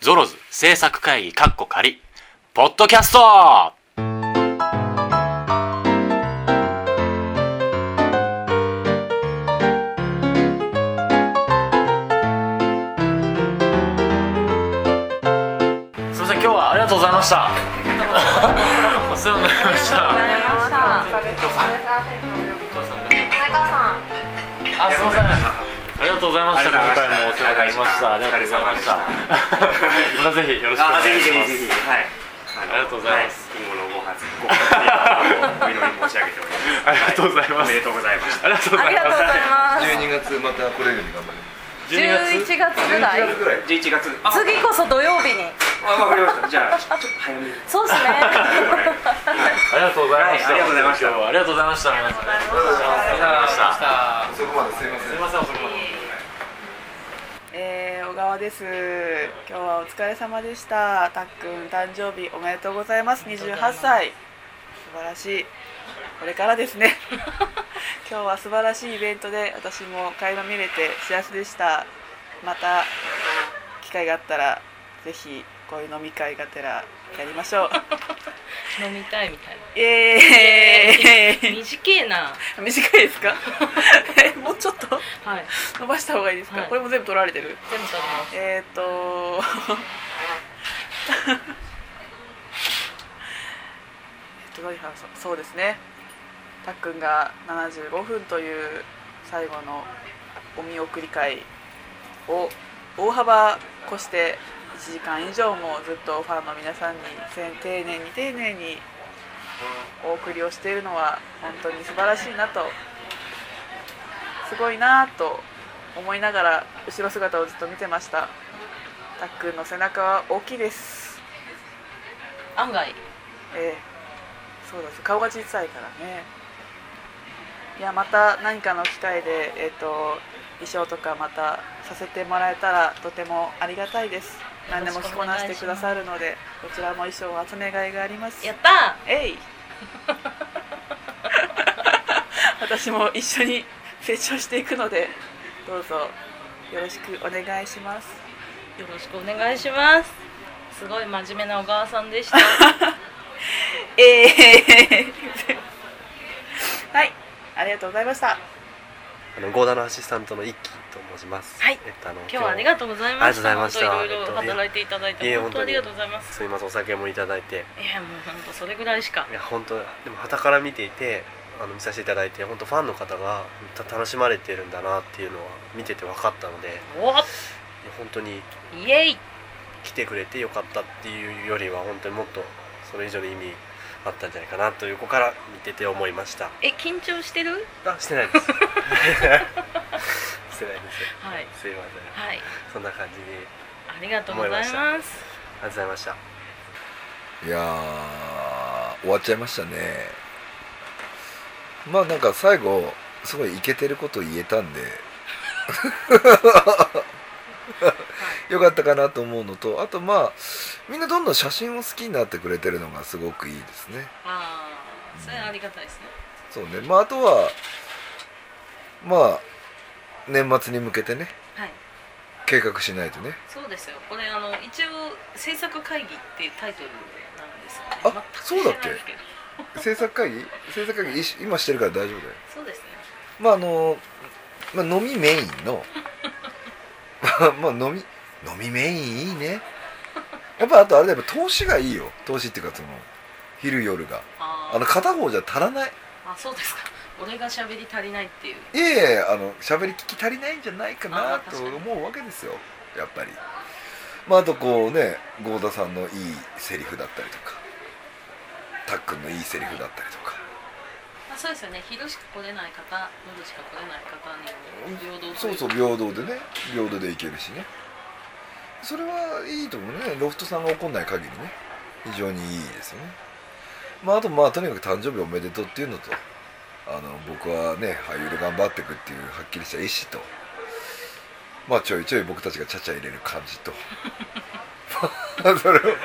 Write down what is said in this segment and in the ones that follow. ゾロズ制作会議カッコ仮、ポッドキャストすいません、今日はありがとうございました。お世話になりました。あ、すいません。ありがとうございました。今回もお世話になりました。ありがとうございました。またぜひよろしくおあ、願いします。ぜひぜひぜひ、はい。あありがとうございます。はい、今後のご発ご発言をお祈り申し上げておりまあす。 りがとうございますはおめでとうございました。ありがとうござあいりがとうごます。ざいます。 12月また来れるように頑張り11 12月。月ぐらいます。11月ぐらい。 11月。あ、次こそ土曜日に。あわかりました。じゃあ、ちょっと早めに。そうですね。ありがとうございました。はいありがとうございました今日はありがとうございました。皆さんありがとうございました。そこまですいませんすい。ません、遅くまで。えー小川です今日はお疲れ様でしたたっくん誕生日おめでとうございます28歳素晴らしいこれからですね 今日は素晴らしいイベントで私も会話見れて幸せでしたまた機会があったらぜひこういう飲み会がてらやりま しょう 飲みたいみたいイエなーイ短いな短いですか えもうちょっとはい伸ばした方がいいですか、はいこれも全部取られてる全部食べますえー、っとえっとどういう話そうそうですねたっくんが75分という最後のお見送り会を大幅越して1時間以上もずっとファンの皆さんにせん丁寧に丁寧にお送りをしているのは本当に素晴らしいなとすごいなぁと思いながら後ろ姿をずっと見てましたたっくんの背中は大きいです案外ええそうです顔が小さいからねいやまた何かの機会で、えー、と衣装とかまたさせてもらえたらとてもありがたいです何でも着こなしてくださるのでこちらも衣装を集めがいがありますやったえ い私も一緒に成長していくのでどうぞよろしくお願いしますーよろしくお願いしますすごい真面目な小川さんでしたええはいありがとうございましたあのゴーダのアシスタントの一輝と申します。はいえっとあの今日はあり今がとうございまありがとうしたございました本当いろいろ働いていただいいえいてえ本当ありがとうございます日すみませんお酒もいただいて、いやもう本当それぐらいしかいや本当でも傍から見ていてあの見させていただいて本当ファンの方がた楽しまれてるんだなっていうのは見てて分かったのでいやおっ本当にイエイ来てくれてよかったっていうよりは本当にもっとそれ以上の意味あったんじゃないかなと横から見てて思いました。え緊張してるあしてないです。してないです。はいすいませはいん。そんな感じでありがとうございます思いありがとうございました。いやー終わっちゃいましたねまあなんか最後すごいイケてること言えたんでよかったかなと思うのとあとまあみんなどんどん写真を好きになってくれてるのがすごくいいですねああそれありがたいですねそうねまああとはまあ年末に向けてねはい計画しないとねそうですよこれあの一応制作会議っていうタイトルなんですよねあ全くそうだっけ知らないですど制作会議制作会議いし今してるから大丈夫だよそうですねまああの、まあ、飲みメインの まあ飲み飲みメインいいねやっぱあとあれだよやっぱ投資がいいよ投資っていうかその昼夜があーあの片方じゃ足らないあそうですか俺が喋り足りないっていういやいやいやあの喋り聞き足りないんじゃないかあなーと確かに思うわけですよやっぱりまああとこうね郷田さんのいいセリフだったりとかたっくんのいいセリフだったりとかあそうですよね昼しか来れない方夜しか来れない方に平等とそいうそう平等でね平等でいけるしねそれはいいと思うねロフトさんが怒んない限りね非常にいいですよねまああとまあとにかく誕生日おめでとうっていうのとあの僕はね俳優で頑張っていくっていうはっきりした意思とまあちょいちょい僕たちがちゃちゃ入れる感じと まあそれを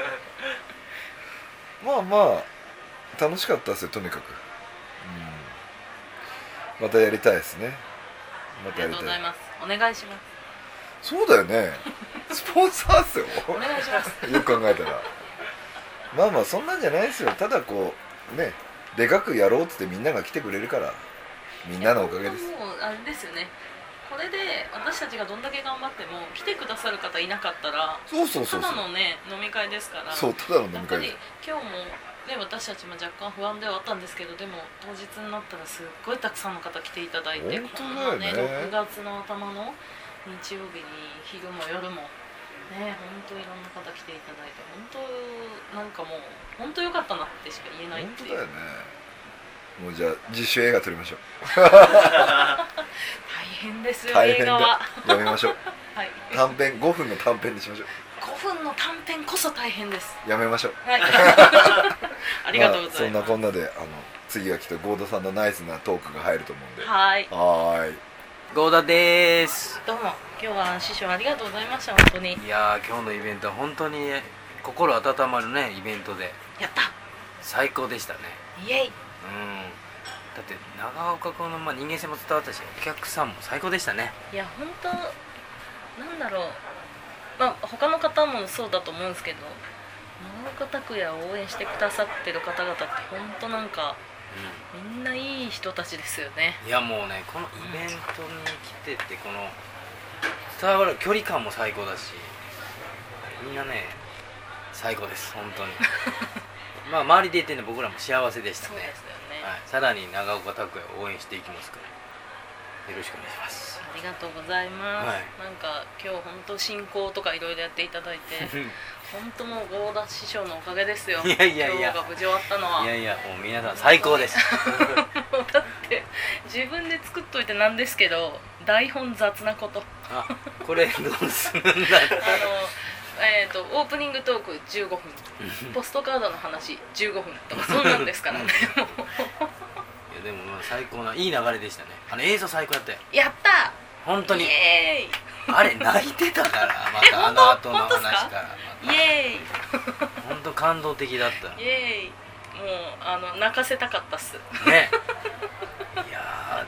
まあまあ楽しかったですよとにかく、うん、またやりたいですねまありたやがりとうごたいざいますお願いしますそうだよねスポンサーっすよお願いし ますよく考えたらまあまあそんなんじゃないですよただこうねでかくやろうっつってみんなが来てくれるからみんなのおかげですもうあれですよねこれで私たちがどんだけ頑張っても来てくださる方いなかったらそうそうそうたそだうのね飲み会ですからそうただの飲やっみぱ会りです今日もね私たちも若干不安ではあったんですけどでも当日になったらすっごいたくさんの方来ていただいて本こ当んだよなねね6月の頭の日曜日に昼も夜もね本当いろんな方来ていただいて本当なんかもう本当良かったなってしか言えないっ本て当いだようねもうじゃあ実習映画撮りましょう大変ですよ大映変画はだやめましょうはい短編5分の短編にしましょ5分の短編こそ大変ですうやめましょう はいありがとうございまあますそんなこんなであの次が来てゴードさんのナイスなトークが入ると思うんではいはーいゴーダでーすどうも今日は師匠ありがとうございました本当にいやー今日のイベントは本当に心温まるねイベントでやった最高でしたねイエイうんだって長岡君のまあ人間性も伝わったしお客さんも最高でしたねいや本当なんだろうまあ他の方もそうだと思うんですけど長岡拓也を応援してくださってる方々って本当なんかみんないい人たちですよねいやもうねこのイベントに来ててこの伝わる距離感も最高だしみんなね最高です本 当にまあ周りで言ってんの僕らも幸せでしたそうねですよね、はい、さらに長岡拓也を応援していきますからよろしくお願いしますありがとうございます、はいなんか今日本当進行とかいろいろやっていただい て本当もう郷田師匠のおかげですよいやいやい今や日が無事終わったのはいやいやもう皆さん最高ですも うだって自分で作っといてなんですけど台本雑なこと あこれどうするんだあのえー、とオープニングトーク15分ポストカードの話15分とかそうなんですからねもいやでもまあ最高ないい流れでしたねあの映像最高だったようやった本当イにエあれ泣いてた からまえたあの後の本当話本当っすかからーイイエまた本当感動的だったーイイエーイもうあの泣かせたかったっすいやねいや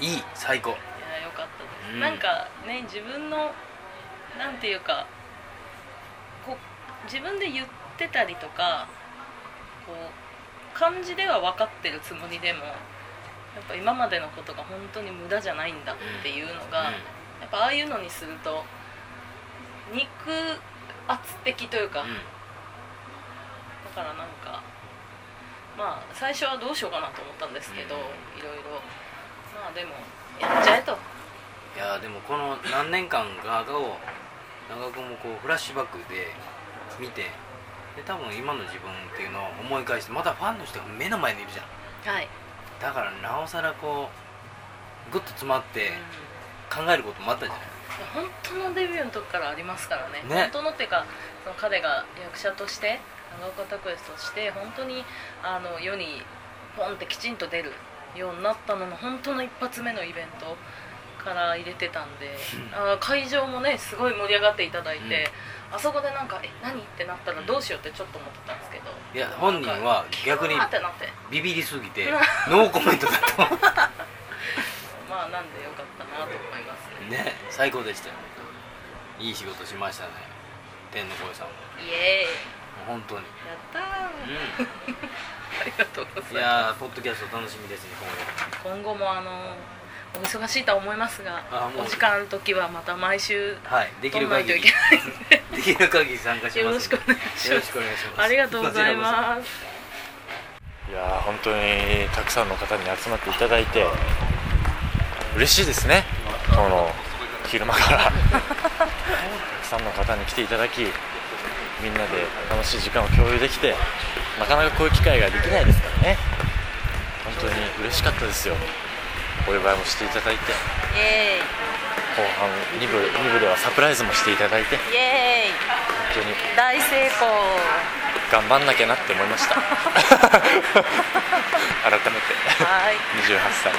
ーいい最高よかったです、うんなんかね自分のなんていうかこう自分で言ってたりとかこう漢字では分かってるつもりでもやっぱ今までのことが本当に無駄じゃないんだっていうのが、やっぱああいうのにすると肉厚的というか、うん、うだんからなんかまあ最初はどうしようかなと思ったんですけど、うんいろいろまあでもやっちゃえといやーでもこの何年間かを長くもこうフラッシュバックで見てで多分今の自分っていうのを思い返してまたファンの人が目の前にいるじゃんはい、だからなおさらこうグッと詰まっうてん考えることもあったんじゃ本ない当のデビューの時からありますからねね本当のっていうかその彼が役者として長岡拓也として本当にあの世にポンってきちんと出るようになったのの本当の一発目のイベントから入れてたんであー会場もねすごい盛り上がっていただいて、あそこでなんか「え何?」ってなったらどうしようってちょっと思ってたんですけどいや本人は逆にあーってなってビビりすぎてノーコメントだとまあなんでよかったなと思いますねね最高でしたよいい仕事しましたね天の声さんもイエ本当にーイやったー、う ありがとうございますんいやーポッドキャスト楽しみですね今後今後もあのお忙しいとは思いますがあもおう時間の時はまた毎週はい、できる限り撮らないといできる限り参加します。よろしくお願いしますよろしくお願いします。ありがとうございますいやー本当にたくさんの方に集まっていただいて嬉しいですねこの昼間からたくさんの方に来ていただきみんなで楽しい時間を共有できてなかなかこういう機会ができないですからね本当に嬉しかったですよお祝いもしていただいてイエ後半2部2部ではサプライズもしていただいてーイイエ本当にーイ大成功頑張んなきゃなって思いま した改めてはい28歳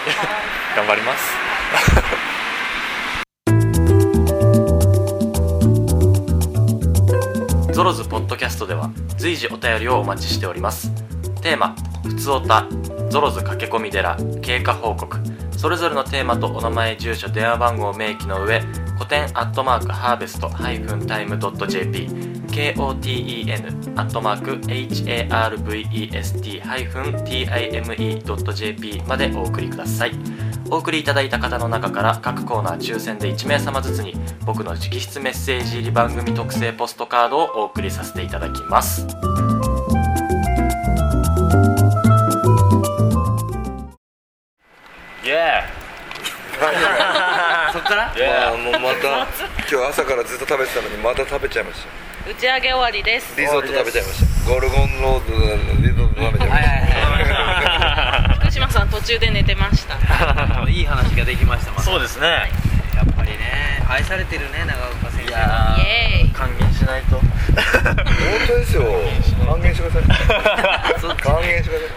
頑張ります ゾロズポッドキャストでは随時お便りをお待ちしておりますテーマ「ふつおた」「ゾロズ駆け込み寺」「経過報告」それぞれのテーマとお名前住所電話番号を明記の上古典アットマークハーベストハイフンタイムドット JP KOTEN アットマーク HARVEST ハイフン TIME ドット JP までお送りくださいお送りいただいた方の中から各コーナー抽選で1名様ずつに僕の直筆メッセージ入り番組特製ポストカードをお送りさせていただきますイエそっからーイイ エーもうまた今日朝からずっと食べてたのにまた食べちゃいまし打ち上げ終わりですたリゾット食べちゃいましたゴルゴンロードのリゾット食べちゃいまはしい福島さん途中で寝てましたはいはいいい話ができましたまたそうですねやっぱりね愛されてるね長岡選手イエーイ還元しないとた本当ですよ還元してくださそうい還元してく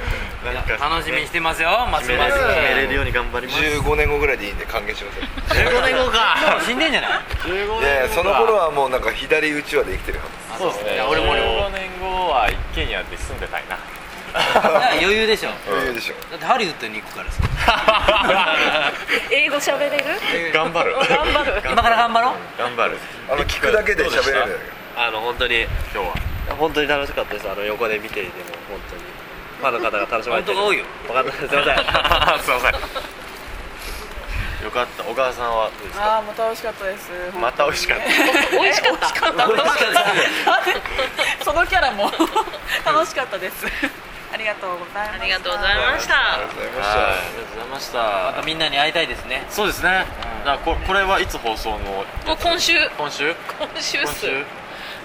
いや楽しみにしてますよ松決め村れ選る決ねめ手れるように頑張りまだすさい15年後ぐらいでいいんで還元してください15年後もかう死んでんじゃないーいやいやその頃ははもうなんか左うちわで生きてるはずそうですいねや俺も俺も15年後は一軒家で住んでたいないや余裕でしょ余裕でしょだってハリウッドに行く からさ英語喋れる頑張る頑張る今から頑張ろう頑張るあの聞くだけで喋れるんだけあの本当に今日は本当に楽しかったですあの横で見ていても本当にファンの方が楽しまれて本当が多いよ分かったすい ませんすいませんよかった小川さんはどうですかああまた美味しかったですまた美味しかった美味しかったそのキャラも 楽しかったですありがとうございまあすりがとうございましありたがとうございましたはい ありがとうございましたまたみんなに会いたいですねそうですねだからここれはいつ放送のもう今週今週今週っ今す週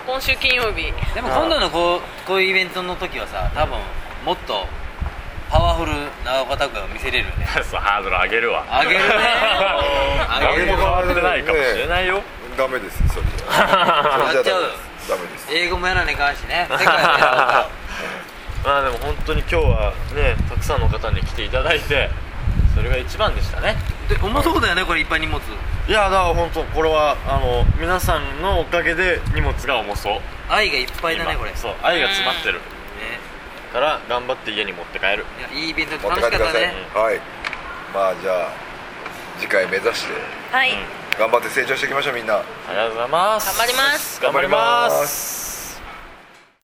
今週金曜日でも今度のこ うこういうイベントの時はさ多分もっとパワフル長岡拓也を見せれるよねそうハードル上げるわあげるねあげ何るも変よわってないかもしれないよダメですそれじゃそれじゃダメですダメです英語もやらねえかんし ね世界でやろうか まあでも本当に今日はねたくさんの方に来ていただいてそれが一番でしたねで重そうだよねこれいっぱい荷物いやだから本当これはあの皆さんのおかげで荷物が重そう愛がいっぱいだね今これねそう愛が詰まってるから頑張って家に持って帰るいやいいイベント持っ楽てし帰かっってくだたさいねはいまあじゃあ次回目指してはい頑張って成長していきましょうみんなありがとうございます頑張ります頑張ります